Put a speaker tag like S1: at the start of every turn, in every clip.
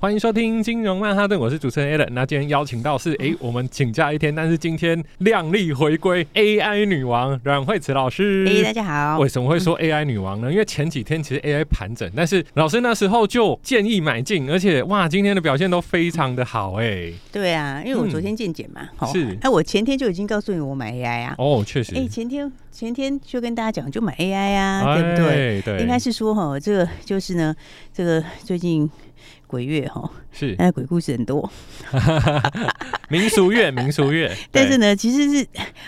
S1: 欢迎收听《金融曼哈顿》，我是主持人 Alan。那今天邀请到是，诶，我们请假一天，但是今天亮丽回归 AI 女王阮慧慈老师。
S2: 哎、大家好。嗯
S1: 为什么会说 AI 女王呢？因为前几天其实 AI 盘整，但是老师那时候就建议买进，而且哇，今天的表现都非常的好哎、
S2: 对啊，因为我昨天见检嘛，吼
S1: 嗯是
S2: 哎、我前天就已经告诉你我买 AI 啊。
S1: 哦，确实，
S2: 哎、前天前天就跟大家讲，就买 AI 啊，
S1: 哎
S2: 对不对？
S1: 对，
S2: 应该是说哈，这个就是呢，这个最近鬼月哈，
S1: 是
S2: 那鬼故事很多，，
S1: 民俗月，民俗月
S2: 但是
S1: 对
S2: 呢，其实是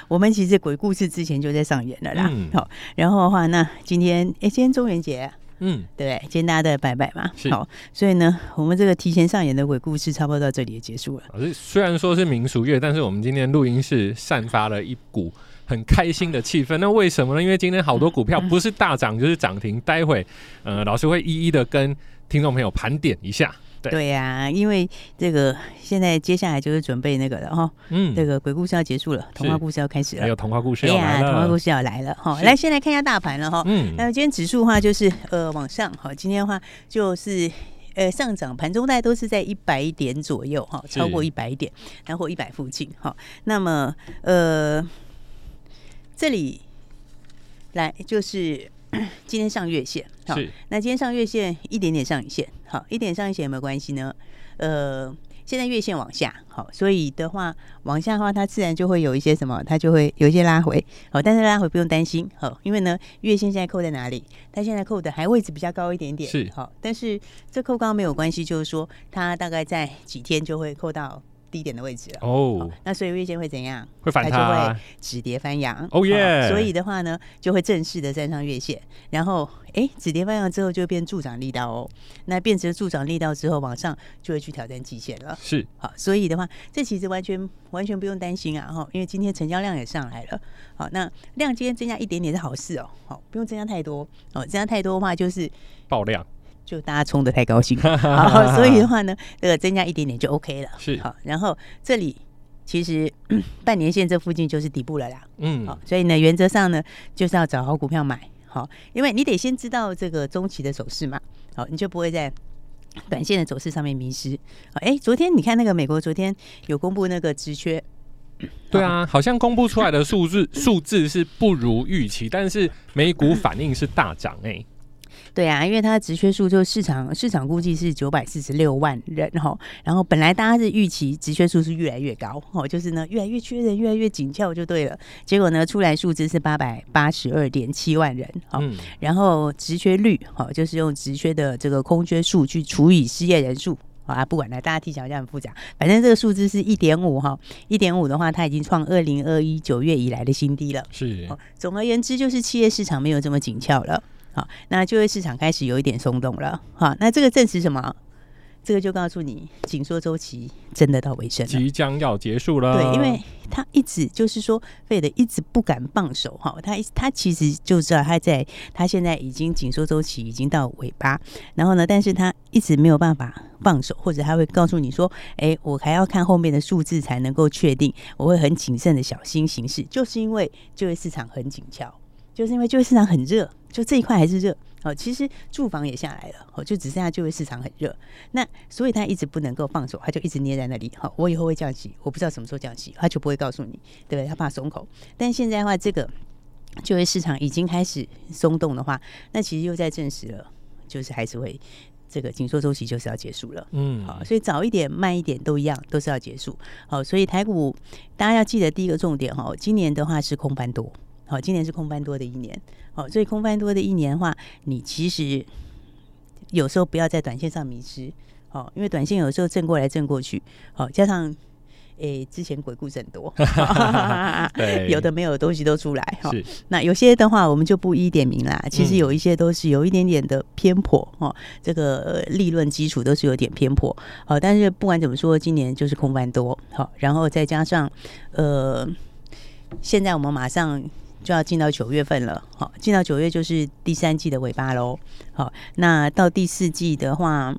S2: 我们其实鬼故事之前就在上演了啦。
S1: 嗯
S2: 好、然后的话，那今天哎、今天中元节、
S1: 嗯，
S2: 对不对？今天大家都来拜拜嘛
S1: 是，
S2: 好，所以呢，我们这个提前上演的鬼故事差不多到这里也结束了。
S1: 老师呃虽然说是民俗乐，但是我们今天录音室散发了一股很开心的气氛。那为什么呢？因为今天好多股
S2: 嗯
S1: 票不是大涨就是涨停，待会呃老师会一一的跟听众朋友盘点一下。对
S2: 对呀、因为这个现在接下来就是准备那个了哈，
S1: 嗯，
S2: 这个鬼故事要结束了，童话
S1: 是
S2: 故事要开始
S1: 还有
S2: 了。
S1: 童话故事
S2: 哎
S1: 要来
S2: 呀，童话
S1: 了
S2: 故。事要来了哈，
S1: 是
S2: 来先来看一下大盘了哈。
S1: 嗯，
S2: 那今天指数的话就是呃往上哈，今天的话就是。呃，上涨盘中大概都是在一百点左右哈，
S1: 是
S2: 超过一百点，然后一百附近哈。那么呃，这里来就是 今天上月线，好
S1: 是
S2: 那今天上月线一点点上影线，好，一点上影线有没有关系呢？呃，现在月线往下，好，所以的话往下的话，它自然就会有一些什么，它就会有一些拉回，好，但是拉回不用担心，好，因为呢，月线现在扣在哪里？它现在扣的还位置比较高一点点，
S1: 是
S2: 好，但是这扣高没有关系，就是说它大概在几天就会扣到低点的位置了。好
S1: 哦，
S2: 那所以月线会怎样？
S1: 会反
S2: 它就会
S1: 弹，
S2: 止跌翻扬。
S1: Oh yeah
S2: 好所以的话呢，就会正式的站上月线，然后哎，止跌翻扬之后就变助长力道哦。那变成助长力道之后，往上就会去挑战极限了。
S1: 是
S2: 好，所以的话，这其实完全完全不用担心啊，哈，因为今天成交量也上来了。好，那量今天增加一点点是好事哦，好，不用增加太多哦，增加太多的话就是
S1: 爆量，
S2: 就大家冲的太 高兴，好，所以的话呢，呃，增加一点点就 OK 了。
S1: 是
S2: 好，然后这里其实嗯半年线这附近就是底部了啦。
S1: 嗯
S2: 好，所以呢，原则上呢，就是要找好股票买，好，因为你得先知道这个中期的走势嘛，好，你就不会在。短线的走势上面迷失，好哎、昨天你看那个美国昨天有公布那个职缺，
S1: 对啊，好像公布出来的数字数字是不如预期，但是美 股反应是大涨哎、
S2: 对啊，因为它的职缺数就市场市场估计是九百四十六万人哈，然后本来大家是预期职缺数是越来越高哦，就是呢越来越缺人，越来越紧俏就对了。结果呢出来数字是八百八十二点七万人哈，
S1: 嗯，
S2: 然后职缺率哈、哦，就是用职缺的这个空缺数去除以失业人数。好啊，不管了，大家听起来好像很复杂，反正这个数字是一点五哈，一点五的话，它已经创二零二一九月以来的新低了。
S1: 是
S2: 哦，总而言之，就是企业市场没有这么紧俏了。好，那就业市场开始有一点松动了。好，那这个证实什么？这个就告诉你，紧缩周期真的到尾声了。
S1: 即将要结束了，
S2: 对，因为他一直就是说，费德一直不敢放手哈，他一他其实就知道他在他现在已经紧缩周期已经到尾巴，然后呢，但是他一直没有办法放手，或者他会告诉你说，哎，我还要看后面的数字才能够确定，我会很谨慎的小心行事，就是因为就业市场很紧俏，就是因为就业市场很热，就这一块还是热。哦，其实住房也下来了，哦，就只剩下就业市场很热。那所以他一直不能够放手，他就一直捏在那里。好、我以后会降息，我不知道什么时候降息，他就不会告诉你，对不对？他怕松口。但现在的话，这个就业市场已经开始松动的话，那其实又在证实了，就是还是会这个紧缩周期就是要结束了。
S1: 嗯
S2: 好，所以早一点、慢一点都一样，都是要结束。好，所以台股大家要记得第一个重点哈，今年的话是空翻多，好，今年是空翻多的一年，好，所以空翻多的一年的话，你其实有时候不要在短线上迷失。好、因为短线有时候震过来震过去，好、加上诶、之前鬼故事 很多
S1: 对，
S2: 有的没有的东西都出 来哈。
S1: 是
S2: 那有些的话，我们就不一一点名啦。其实有一些都是有一点点的偏颇哦，这个呃利润基础都是有点偏颇。好、但是不管怎么说，今年就是空翻多好、然后再加上呃，现在我们马上就要进到九月份了，好、进到九月就是第三季的尾巴喽。好、那到第四季的话。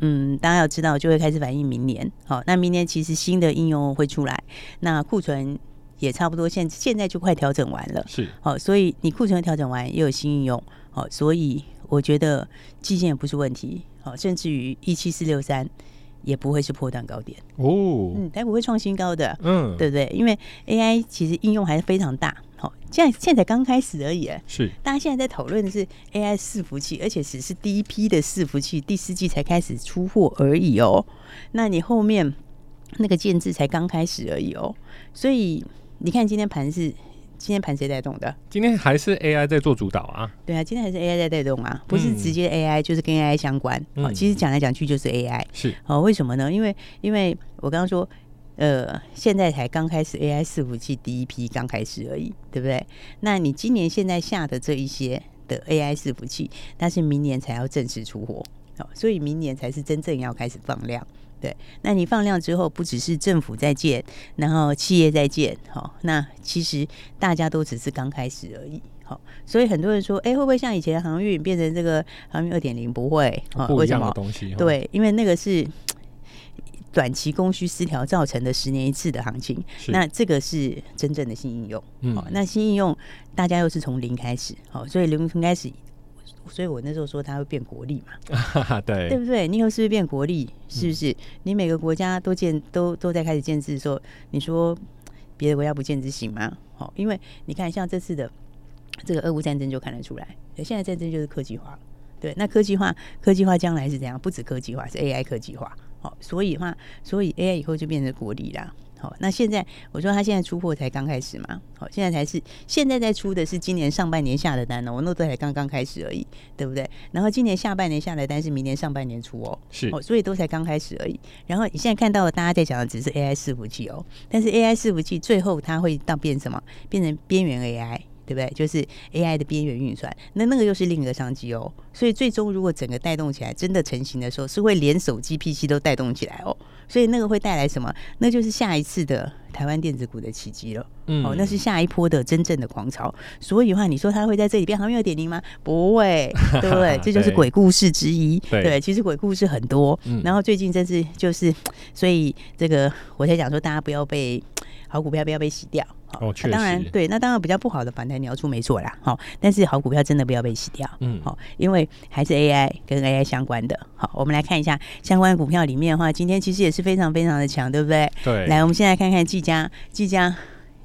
S2: 嗯，大家要知道，就会开始反映明年。好、那明年其实新的应用会出来，那库存也差不多现现在就快调整完了。
S1: 是
S2: 好，所以你库存调整完也有新应用，好，所以我觉得季线也不是问题，好，甚至于一七四六三也不会是破断高点，
S1: 哦，
S2: 嗯，它不会创新高的，
S1: 嗯，
S2: 对不对？因为 AI 其实应用还是非常大，好，现在现在才刚开始而已，哎
S1: 是
S2: 大家现在在讨论的是 AI 伺服器，而且只是第一批的伺服器，第四季才开始出货而已哦。那你后面那个建制才刚开始而已哦，所以你看今天盘是今天盘谁带动的？
S1: 今天还是 AI 在做主导啊，
S2: 对啊，今天还是 AI 在带动啊，不是
S1: 嗯
S2: 直接 AI，、就是跟 AI 相关。哦，
S1: 嗯
S2: 其实讲来讲去就是 AI。
S1: 是
S2: 哦，为什么呢？因为因为我刚刚说，呃，现在才刚开始 AI 伺服器第一批刚开始而已，对不对？那你今年现在下的这一些的 AI 伺服器，但是明年才要正式出货，哦，所以明年才是真正要开始放量。对，那你放量之后，不只是政府在建，然后企业在建，好、那其实大家都只是刚开始而已，好、所以很多人说，哎，会不会像以前的航运变成这个航运二点零？不会，哦
S1: 不
S2: 为
S1: 一
S2: 什
S1: 样
S2: 么
S1: 的？东西，，
S2: 对，因为那个是短期供需失调造成的十年一次的行情，
S1: 是
S2: 那这个是真正的新应用。
S1: 嗯
S2: 哦，那新应用大家又是从零开始，好、所以零开始，所以我那时候说它会变国力 嘛，
S1: 哈哈，
S2: 对
S1: 对，
S2: 不对？你以后是不是变国力？是不是？你每个国家都建都都在开始建制的时候，你说别的国家不建制行吗？好、因为你看像这次的这个俄乌战争就看得出来，对现在战争就是科技化了。对，那科技化，科技化将来是怎样？不止科技化，是 AI 科技化。好、所以的话，所以 AI 以后就变成国力啦。好、那现在我说他现在出货才刚开始嘛，好、现在才是现在在出的是今年上半年下的单呢，哦我那都才刚刚开始而已，对不对？然后今年下半年下的单是明年上半年出哦，
S1: 是
S2: 哦，所以都才刚开始而已。然后你现在看到的大家在讲的只是 AI 伺服器哦，但是 AI 伺服器最后它会到变什么？变成边缘 AI。对不对？就是 AI 的边缘运算，那那个又是另一个商机哦。所以最终如果整个带动起来，真的成型的时候，是会连手机、PC 都带动起来哦。所以那个会带来什么？那就是下一次的台湾电子股的奇迹了。
S1: 嗯
S2: 哦，那是下一波的真正的狂潮。所以的话，你说它会在这里变航运二点零吗？不会，对不对？这就是鬼故事之一。
S1: 对
S2: 其实鬼故事很多。
S1: 嗯
S2: 然后最近真是就是，所以这个我才讲说，大家不要被好股票不要被洗掉。好
S1: 哦确
S2: 那当然
S1: 实
S2: 对，那当然比较不好的反弹你要出没错啦。好、但是好股票真的不要被洗掉。
S1: 嗯
S2: 好、因为还是 AI 跟 AI 相关的。好，我们来看一下相关股票里面的话，今天其实也是非常非常的强，对不对？
S1: 对，
S2: 来，我们现在看看技嘉，技嘉，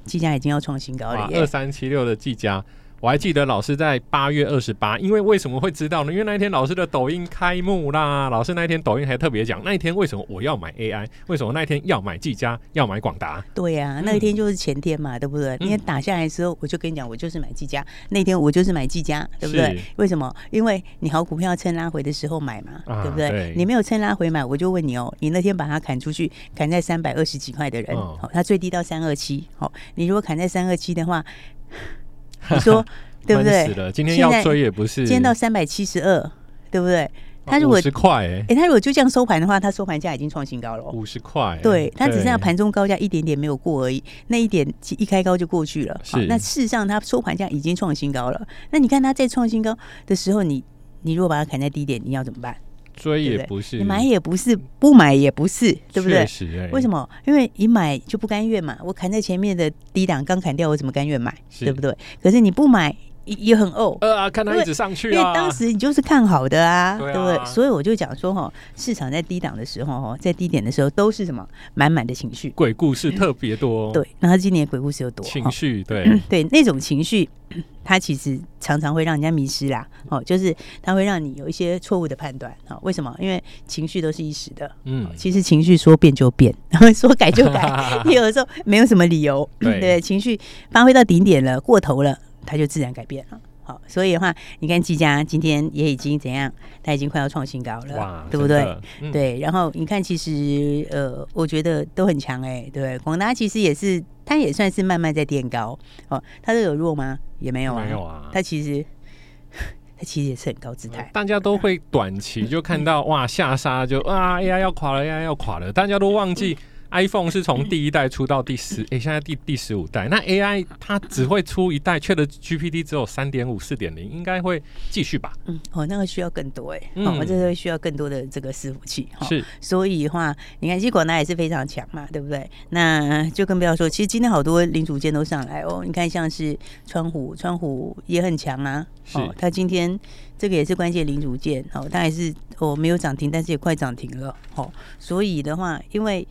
S2: 技嘉已经要创新高了
S1: 二
S2: 耶！
S1: 三七六的技嘉。我还记得老师在八月二十八，因为为什么会知道呢？因为那一天老师的抖音开幕啦，老师那一天抖音还特别讲，那一天为什么我要买 AI，为什么那一天要买技嘉，要买广达，
S2: 对呀、
S1: 嗯
S2: 那一天就是前天嘛，对不对？那天打下来之后，我就跟你讲，我就是买技嘉。那天我就是买技嘉，对不对
S1: 是？
S2: 为什么？因为你好股票趁拉回的时候买嘛，
S1: 啊
S2: 对不对？
S1: 对
S2: 你没有趁拉回买，我就问你哦，你那天把它砍出去，砍在三百二十几块的人，
S1: 哦
S2: 好、它最低到三二七，好，你如果砍在三二七的话， 你说 对不
S1: 闷
S2: 对
S1: 死？了，今天
S2: 现
S1: 要
S2: 在
S1: 追也不是，
S2: 今天到三百七十二，对不对？它如果
S1: 五十块欸，
S2: 哎、它如果就这样收盘的话，它收盘价已经创新高了哦。
S1: 五十块欸，
S2: 对，它只剩下盘中高价一点点没有过而已，那一点其一开高就过去了。好
S1: 是
S2: 那事实上它收盘价已经创新高了。那你看它在创新高的时候，你你如果把它砍在低点，你要怎么办？
S1: 追
S2: 对
S1: 也
S2: 对
S1: 不是，
S2: 你买也不是，不买也不是，对不对
S1: 确？实欸
S2: 为什么？因为你买就不甘愿嘛，我砍在前面的低档刚砍掉，我怎么甘愿买？
S1: 是
S2: 对不对？可是你不买也也很怄，
S1: 呃啊，看它一直上
S2: 因
S1: 去
S2: 为
S1: 啊，
S2: 当时你就是看好的啊，
S1: 对啊
S2: 对不对？所以我就讲说哈，市场在低档的时候，哈，在低点的时候都是什么满满的情绪，
S1: 鬼故事特别多，，
S2: 嗯对。嗯然后今年鬼故事又多，
S1: 哦情
S2: 哈
S1: 绪对，
S2: 对那种情绪，嗯它其实常常会让人家迷失啦。哦，就是它会让你有一些错误的判断。哦，为什么？因为情绪都是一时的。
S1: 嗯
S2: 其实情绪说变就变， 说改就 改，有的时候没有什么理由。嗯
S1: 对
S2: 情绪发挥到顶点了，过头了，它就自然改变了。好，所以的话，你看技嘉今天也已经怎样，它已经快要创新高了
S1: 哇，，
S2: 对不
S1: 真
S2: 对？
S1: 的？嗯，
S2: 对，然后你看，其实呃，我觉得都很强哎、对，广达其实也是，它也算是慢慢在垫高哦，它都有弱吗？也没有啊，
S1: 没有啊
S2: 它其实 它其实也是很高姿态，
S1: 大家都会短期就看
S2: 嗯
S1: 到哇下杀就啊 AI 要垮了，AI 要垮了，大家都忘记
S2: 嗯
S1: iPhone 是从第一代出到第十，诶，现在第第十五代，那 AI 它只会出一代，却的 GPT 只有三点五、四点零，应该会继续吧？
S2: 嗯，哦，那个需要更多哎、
S1: 嗯
S2: 哦，这个需要更多的这个伺服器哈、哦
S1: 是，
S2: 所以的话，你看，其实广达也是非常强嘛，对不对？那就更不要说，其实今天好多零组件都上来哦。你看，像是川湖，川湖也很强啊。
S1: 是
S2: 哦，它今天这个也是关键零组件哦，它也是哦没有涨停，但是也快涨停了哦。所以的话，因为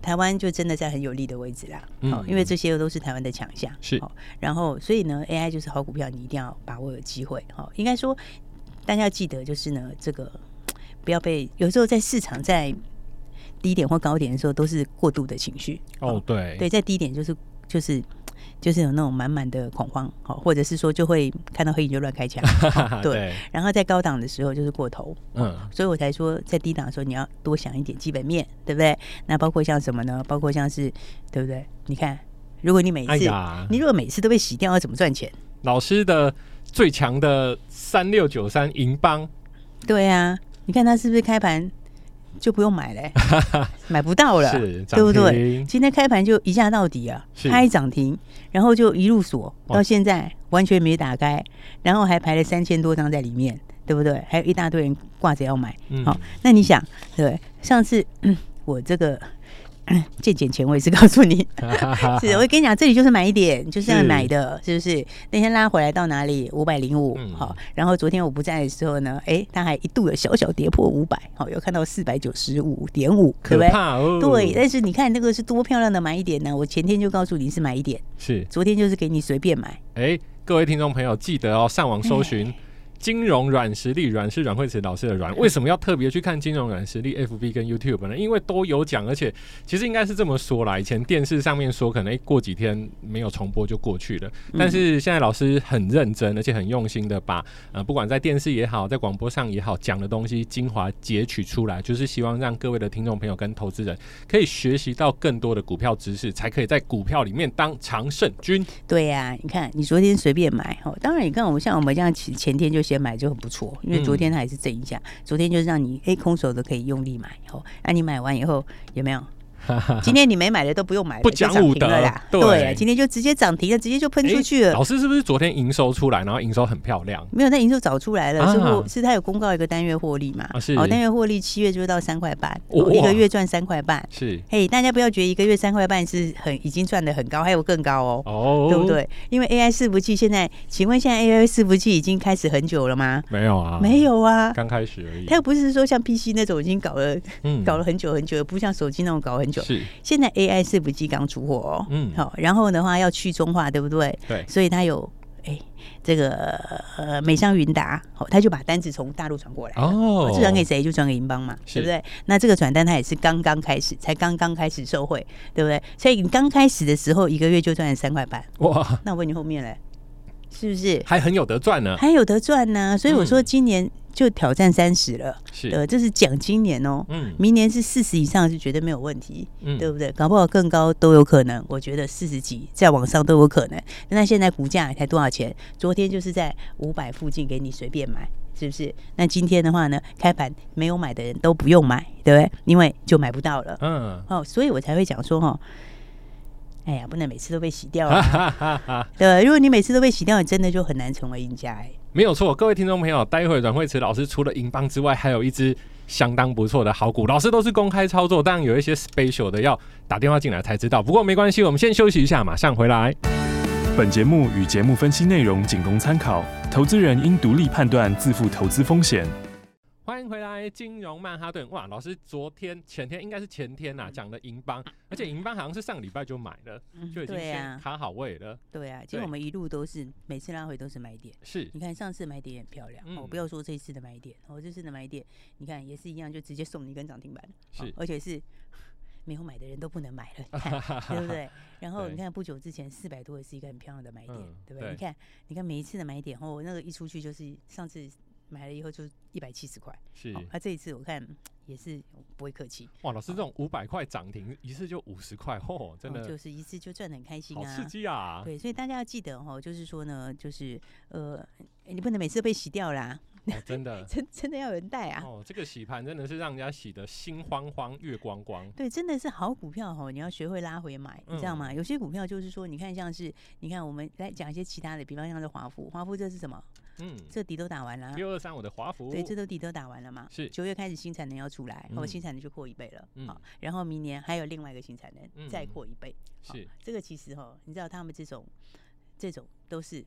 S2: 台湾就真的在很有利的位置啦，
S1: 嗯
S2: 哦，因为这些都是台湾的强项，
S1: 是
S2: 哦。然后，所以呢，AI 就是好股票，你一定要把握有机会哦。应该说，大家要记得就是呢，这个不要被有时候在市场在低点或高点的时候都是过度的情绪，
S1: 哦，对，
S2: 对，在低点就是就是。就是有那种满满的恐慌，哦，或者是说就会看到黑影就乱 开枪，哦对。
S1: 对，
S2: 然后在高档的时候就是过头，
S1: 嗯，
S2: 所以我才说在低档的时候你要多想一点基本面，对不对？那包括像什么呢？包括像是对不对？你看，如果你每
S1: 哎
S2: 次、
S1: 呀
S2: 你，如果每次都被洗掉，要怎么赚钱？
S1: 老师的最强的三六九三银邦，
S2: 对啊，你看它是不是开盘就不用买 嘞、买不到了，
S1: 是
S2: 啊对不
S1: 涨
S2: 对
S1: 停？
S2: 今天开盘就一价到底啊，
S1: 是
S2: 开涨停，然后就一路锁
S1: 哇
S2: 到现在完全没打开，然后还排了三千多张在里面，对不对？还有一大堆人挂着要买。
S1: 嗯，
S2: 好、那你想，对，上次、嗯我这个嗯见钱前我也是告诉你， 是我跟你讲，这里就是买一点，就是要
S1: 是
S2: 买的，是不是？那天拉回来到哪里？五百零五
S1: 嗯，
S2: 好。然后昨天我不在的时候呢，哎，它还一度有小小跌破五百，好，有看到四百九十五点五，对
S1: 可
S2: 不对？
S1: 怕哦，
S2: 对，但是你看那个是多漂亮的买一点呢！我前天就告诉你是买一点，
S1: 是，
S2: 昨天就是给你随便买，
S1: 哎，各位听众朋友，记得哦，上网搜寻“金融软实力”，软是阮慧慈老师的软。为什么要特别去看金融软实力 FB 跟 YouTube 呢？因为都有讲，而且其实应该是这么说啦。以前电视上面说，可能、哎过几天没有重播就过去了，但是现在老师很认真，而且很用心的把呃，不管在电视也好，在广播上也好，讲的东西精华截取出来，就是希望让各位的听众朋友跟投资人可以学习到更多的股票知识，才可以在股票里面当常胜军。
S2: 对呀、你看你昨天随便买哦，当然你看我们像我们这样前前天就先买就很不错，因为昨
S1: 嗯
S2: 天它还是震一下，昨天就是让你哎空手的可以用力买哦，那、你买完以后有没 有？今天你没买的都不用买了，
S1: 不讲
S2: 就涨停
S1: 武德
S2: 了啦，
S1: 对哎
S2: 对啊，今天就直接涨停了，直接就喷出去
S1: 诶
S2: 了。
S1: 老师是不是昨天营收出来，然后营收很漂亮？
S2: 没有，那营收找出来了，是
S1: 啊
S2: 获是它有公告一个单月获利嘛？
S1: 啊是
S2: 哦，单月获利七月就到三块半，哦
S1: 哇
S2: 一个月赚三块半。
S1: 是
S2: 嘿，大家不要觉得一个月三块半是很已经赚的很高，还有更高哦。
S1: 哦，
S2: 对不？对？因为 AI 伺服器现在，请问现在 AI 伺服器已经开始很久了吗？
S1: 没有啊，
S2: 没，有啊，
S1: 刚开始而已
S2: 它。又不是说像 PC 那种已经搞了、
S1: 嗯
S2: 搞了很久很久，不像手机那种搞很久。
S1: 是
S2: 现在 AI 伺服器刚出货哦，
S1: 嗯
S2: 好、然后的话要去中化，对不对？
S1: 对
S2: 所以它有哎这个呃美商云达，好、它就把单子从大陆传过来了。
S1: 哦，
S2: 就转给谁就转给银邦嘛，
S1: 是
S2: 对不对？那这个转单它也是刚刚开始，才刚刚开始受惠，对不对？所以你刚开始的时候，一个月就赚了三块半，
S1: 哇，
S2: 那我问你后面嘞，是不是
S1: 还很有得赚呢。
S2: 还有得赚呢？所以我说
S1: 嗯
S2: 今年就挑战三十了，
S1: 是，
S2: 呃，这是讲今年哦。
S1: 嗯
S2: 明年是四十以上是绝对没有问题，
S1: 嗯
S2: 对不对？搞不好更高都有可能，我觉得四十几再往上都有可能。那现在股价才多少钱？昨天就是在五百附近给你随便买，是不是？那今天的话呢，开盘没有买的人都不用买，对不对？因为就买不到了。
S1: 嗯，
S2: 哦，所以我才会讲说哦，哎呀，不能每次都被洗掉啊
S1: 哈。哈哈 哈，
S2: 对，如果你每次都被洗掉，你真的就很难成为赢家、欸。
S1: 没有错。各位听众朋友，待会阮慧慈老师除了银邦之外，还有一只相当不错的好股，老师都是公开操作，当然有一些 special 的要打电话进来才知道。不过没关系，我们先休息一下，马上回来。
S3: 本节目与节目分析内容仅供参考，投资人应独立判断，自负投资风险。
S1: 欢迎回来，金融曼哈顿。哇，老师昨天、前天应该是前天
S2: 嗯
S1: 呐、讲的银邦，而且银邦好像是上礼拜就买了，就已经
S2: 对啊
S1: 先
S2: 呀、
S1: 卡好位了。
S2: 对啊，其实
S1: 对
S2: 我们一路都是每次拉回都是买点。
S1: 是
S2: 你看上次买点也很漂亮，我、
S1: 嗯
S2: 不要说这次的买点，我、这次的买点，你看也是一样，就直接送你一根涨停板，
S1: 是
S2: 哦而且是没有买的人都不能买了，你看对不 对？然后你看不久之前四百多也是一个很漂亮的买点，
S1: 嗯
S2: 对不
S1: 对
S2: 对？你看，你看每一次的买点哦，我那个一出去就是上次买了以后就一百七十块，
S1: 是
S2: 好，那、这一次我看也是不会客气，
S1: 哇，老师这种五百块涨停一次就五十块，嚯、真
S2: 哦就
S1: 的
S2: 是一次就赚的很开心
S1: 好
S2: 啊，
S1: 刺激啊！
S2: 对，所以大家要记得哦，就是说呢，就是呃，你不能每次都被洗掉啦，
S1: 哦，真 的
S2: 真真的要有人带啊。
S1: 哦，这个洗盘真的是让人家洗的心慌慌、月光光。
S2: 对，真的是好股票哦，你要学会拉回买，你知道吗？
S1: 嗯
S2: 有些股票就是说，你看像是，你看我们来讲一些其他的，比方像是华孚，华孚这是什么？
S1: 嗯，
S2: 这底都打完啦，
S1: 六二三五的华孚，
S2: 啊对，这都底都打完了嘛。
S1: 是
S2: 九月开始新产能要出来，
S1: 嗯
S2: 哦，新产能就扩一倍了，
S1: 嗯
S2: 好，然后明年还有另外一个新产
S1: 嗯
S2: 能再扩一倍，好
S1: 是
S2: 这个其实哦，你知道他们这种这种都是。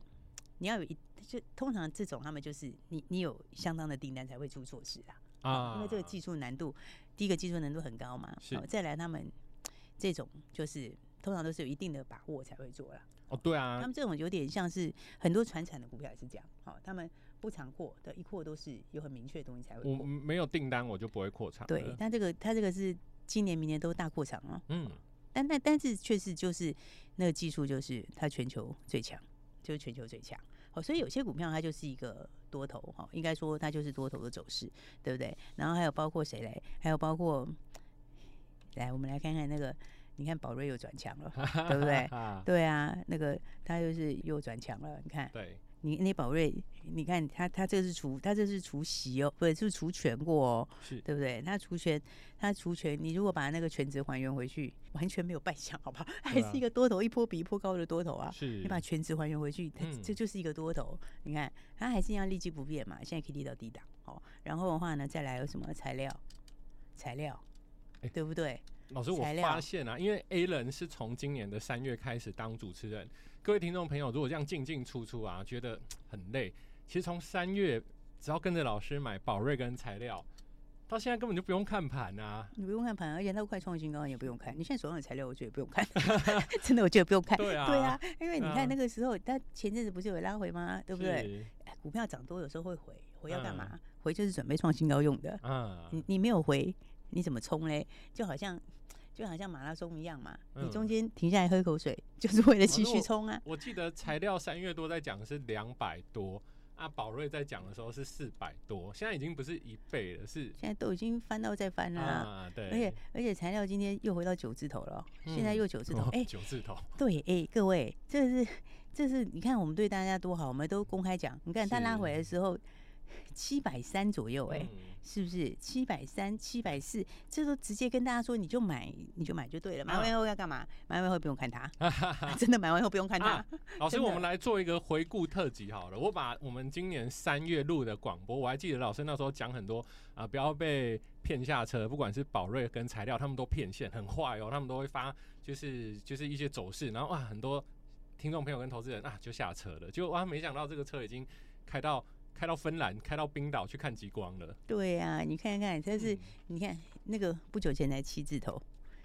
S2: 你要有一就通常这种他们就是你你有相当的订单才会出措施啦，
S1: 啊
S2: 因为这个技术难度，第一个技术难度很高嘛，哦
S1: 是
S2: 再来他们这种就是通常都是有一定的把握才会做啦。
S1: 哦，对
S2: 他
S1: 啊
S2: 们，这种有点像是很多传产的股票也是这样，好、他们不常扩的，一扩都是有很明确的东西才会
S1: 我嗯
S2: 扩。
S1: 没有订单我就不会扩产。
S2: 对，，但这个它这个是今年、明年都大扩厂哦，
S1: 嗯，
S2: 但但但是确实就是那个技术就是它全球最强，就是全球最强。好，所以有些股票它就是一个多头哈，应该说它就是多头的走势，对不对？然后还有包括谁嘞？还有包括，来我们来看看那个，你看宝瑞又转强了，对 不对？
S1: 啊，
S2: 对啊，那个它又是又转强了，你看。
S1: 对，
S2: 你你宝瑞，你看他他这个是除他这是除息哦，不是是除权过哦，
S1: 是
S2: 对不对？他除权，他除权，你如果把那个全值还原回去，完全没有败相，好不 好？还是一个多头，一波比一波高的多头啊！
S1: 啊是
S2: 你把全值还原回去，它
S1: 嗯
S2: 这就是一个多头。你看，它还是一样利基不变嘛，现在可以利到低档哦。然后的话呢，再来有什么材料？材料，
S1: 哎
S2: 对不对？
S1: 老师，我
S2: 材料
S1: 发现啊，因为 A 人是从今年的三月开始当主持人，各位听众朋友，如果这样进进出出啊，觉得嘖很累，其实从三月只要跟着老师买宝瑞跟材料，到现在根本就不用看盘啊。
S2: 你不用看盘，而且它快创新高，你也不用看。你现在手上有材料，我觉得也不 用看， 真的，我觉得不用看。
S1: 对啊
S2: 因为你看那个时候，它前阵子不是有拉回吗？对不对？
S1: 是？
S2: 哎股票涨多有时候会回，回要干嘛？
S1: 嗯
S2: 回就是准备创新高用的。
S1: 啊，
S2: 你你没有回，你怎么冲嘞？就好像就好像马拉松一样嘛，
S1: 嗯哦
S2: 你中间停下来喝口水，就是为了继续冲啊。
S1: 我记得材料三月多在讲是两百多啊，宝瑞在讲的时候是四百多，现在已经不是一倍了，是
S2: 现在都已经翻到再翻啦、
S1: 啊，对，
S2: 而且而且材料今天又回到九字头了哦，现在又九字头，
S1: 哦
S2: 哎、
S1: 九字头，
S2: 对，哎、各位，这是这是，你看我们对大家多好，我们都公开讲。你看它
S1: 是
S2: 拉回来的时候，七百三左右、哎、
S1: 嗯
S2: 是不是？七百三、七百四，这都直接跟大家说，你就买，你就买就对了。买完以
S1: 嗯
S2: 后要干嘛？买完以后不用看 它，真的买完以后不用 看它。
S1: 啊老师，
S2: 真的
S1: 我们来做一个回顾特辑好了。我把我们今年三月录的广播，我还记得老师那时候讲很多啊、不要被骗下车。不管是宝瑞跟材料，他们都骗线，很坏哦。他们都会发就是就是一些走势，然后啊，很多听众朋友跟投资人啊就下车了。结果哇，没想到这个车已经开到开到芬兰，开到冰岛去看极光了。
S2: 对呀、你看看，但
S1: 嗯
S2: 是、你看那个不久前才七字头，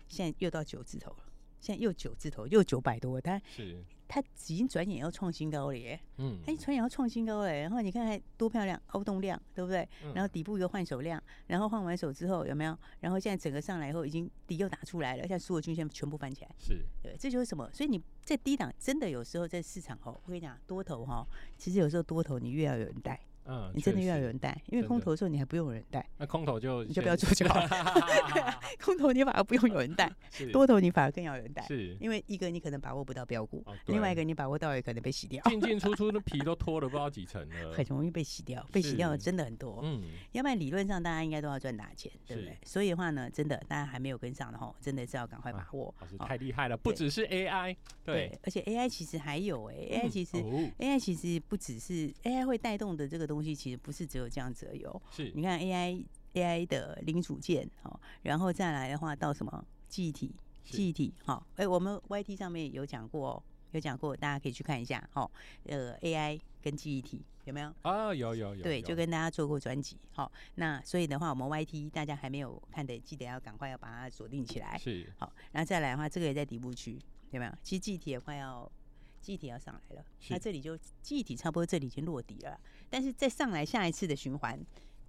S2: 现在又到九字头了，现在又九字头，又九百多，它
S1: 是，
S2: 它已经转眼要创新高了耶。
S1: 嗯
S2: 哎，船也要创新高嘞，然后你看看多漂亮，凹动量，对不对？
S1: 嗯
S2: 然后底部一个换手量，然后换完手之后有没有？然后现在整个上来以后，已经底又打出来了，现在所有均线全部翻起来，
S1: 是，
S2: 对，这就是什么？所以你在低档真的有时候在市场哦，我跟你讲，多头哈、其实有时候多头你越要有人带，
S1: 嗯，
S2: 你真的
S1: 确
S2: 越要
S1: 实
S2: 有人带，因为
S1: 真
S2: 空
S1: 的
S2: 头的时候你还不用有人带，
S1: 那空头就
S2: 你就不要做就好了。空头你反而不用有人带，
S1: 是
S2: 多头 你反而更要有人带，
S1: 是
S2: 因为一个你可能把握不到标股，
S1: 哦对
S2: 另外一个你把握到也可能被洗掉。
S1: 进进出出的皮都脱了不知道几层了
S2: 很。容易被洗掉，被洗掉的
S1: 是
S2: 真的很多。
S1: 嗯，
S2: 要不然理论上大家应该都要赚大钱，对不对？所以的话呢，真的大家还没有跟上的话，真的是要赶快把握。
S1: 老师
S2: 哦
S1: 太厉害了，不只是 AI，对，
S2: 而且 AI 其实还有哎、a i 其实、
S1: 哦
S2: AI 其实不只是 AI 会带动的这个东西，其实不是只有这样子而已哦。
S1: 是
S2: 你看 AI AI 的零组件哦，然后再来的话到什么记忆体，
S1: 是
S2: 记忆体好，哎、我们 YT 上面有讲过哦，有讲过，大家可以去看一下哦。呃，AI 跟记忆体有没有？
S1: 啊，有有有，
S2: 对，
S1: 有
S2: 就跟大家做过专辑，好、那所以的话，我们 YT 大家还没有看的，记得要赶快要把它锁定起来，
S1: 是
S2: 好，然后再来的话，这个也在底部区，有没有？其实记忆体也快要，记忆体要上来了，
S1: 是
S2: 那这里就记忆体差不多这里已经落底了，但是再上来下一次的循环，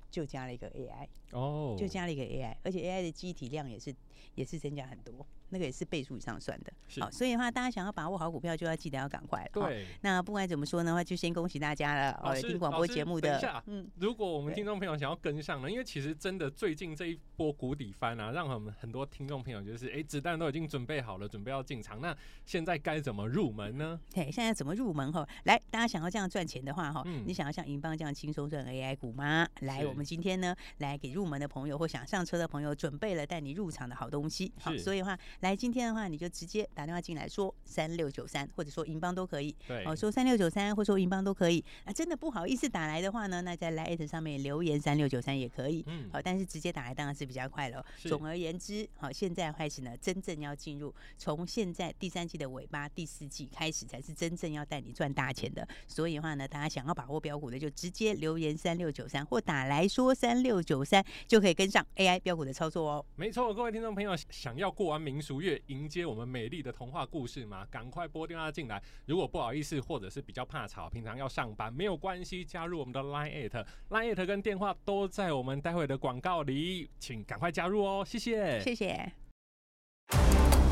S2: 就加了一个 AI，
S1: 哦，
S2: 就加了一个 AI，而且 AI 的机体量也是也是增加很多，那个也是倍数以上算的。
S1: 是
S2: 好，所以的话，大家想要把握好股票，就要记得要赶快了。好
S1: 对。
S2: 那不管怎么说呢，话就先恭喜大家了。
S1: 老
S2: 哦，
S1: 师
S2: 听广播节目
S1: 老师等一下
S2: 的，嗯，
S1: 如果我们
S2: 对
S1: 听众朋友想要跟上呢，因为其实真的最近这一波谷底翻啊，让我们很多听众朋友就是，哎、子弹都已经准备好了，准备要进场，那现在该怎么入门呢？
S2: 嘿，现在怎么入门哈？来，大家想要这样赚钱的话哈，
S1: 嗯
S2: 你想要像银邦这样轻松赚 AI 股吗？来，
S1: 是
S2: 我们今天呢，来给入门的朋友或想上车的朋友准备了带你入场的好东西。好，
S1: 是
S2: 所以的话，来今天的话，你就直接打电话进来说三六九三，或者说银邦都可以。
S1: 对，
S2: 哦，说三六九三或说银邦都可以。那真的不好意思打来的话呢，那在 l i t 上面留言三六九三也可以。
S1: 嗯
S2: 好、但是直接打来当然是比较快了。
S1: 是
S2: 总而言之，好、现在开始呢，真正要进入从现在第三季的尾巴、第四季开始，才是真正要带你赚大钱的。所以的话呢，大家想要把握标股的，就直接留言三六九三或打来说三六九三，就可以跟上 AI 标股的操作哦。
S1: 没错，各位听众朋友，想要过完民俗月，迎接我们美丽的童话故事吗？赶快拨电话进来。如果不好意思，或者是比较怕吵，平常要上班，没有关系，加入我们的 Line at Line at 跟电话都在我们待会的广告里，请赶快加入哦，谢谢。
S2: 谢谢。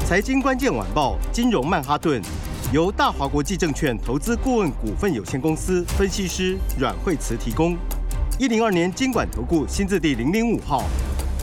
S4: 财经关键晚报，金融曼哈顿，由大华国际证券投资顾问股份有限公司分析师阮惠慈提供。一零二年经管投顾新字第零零五号。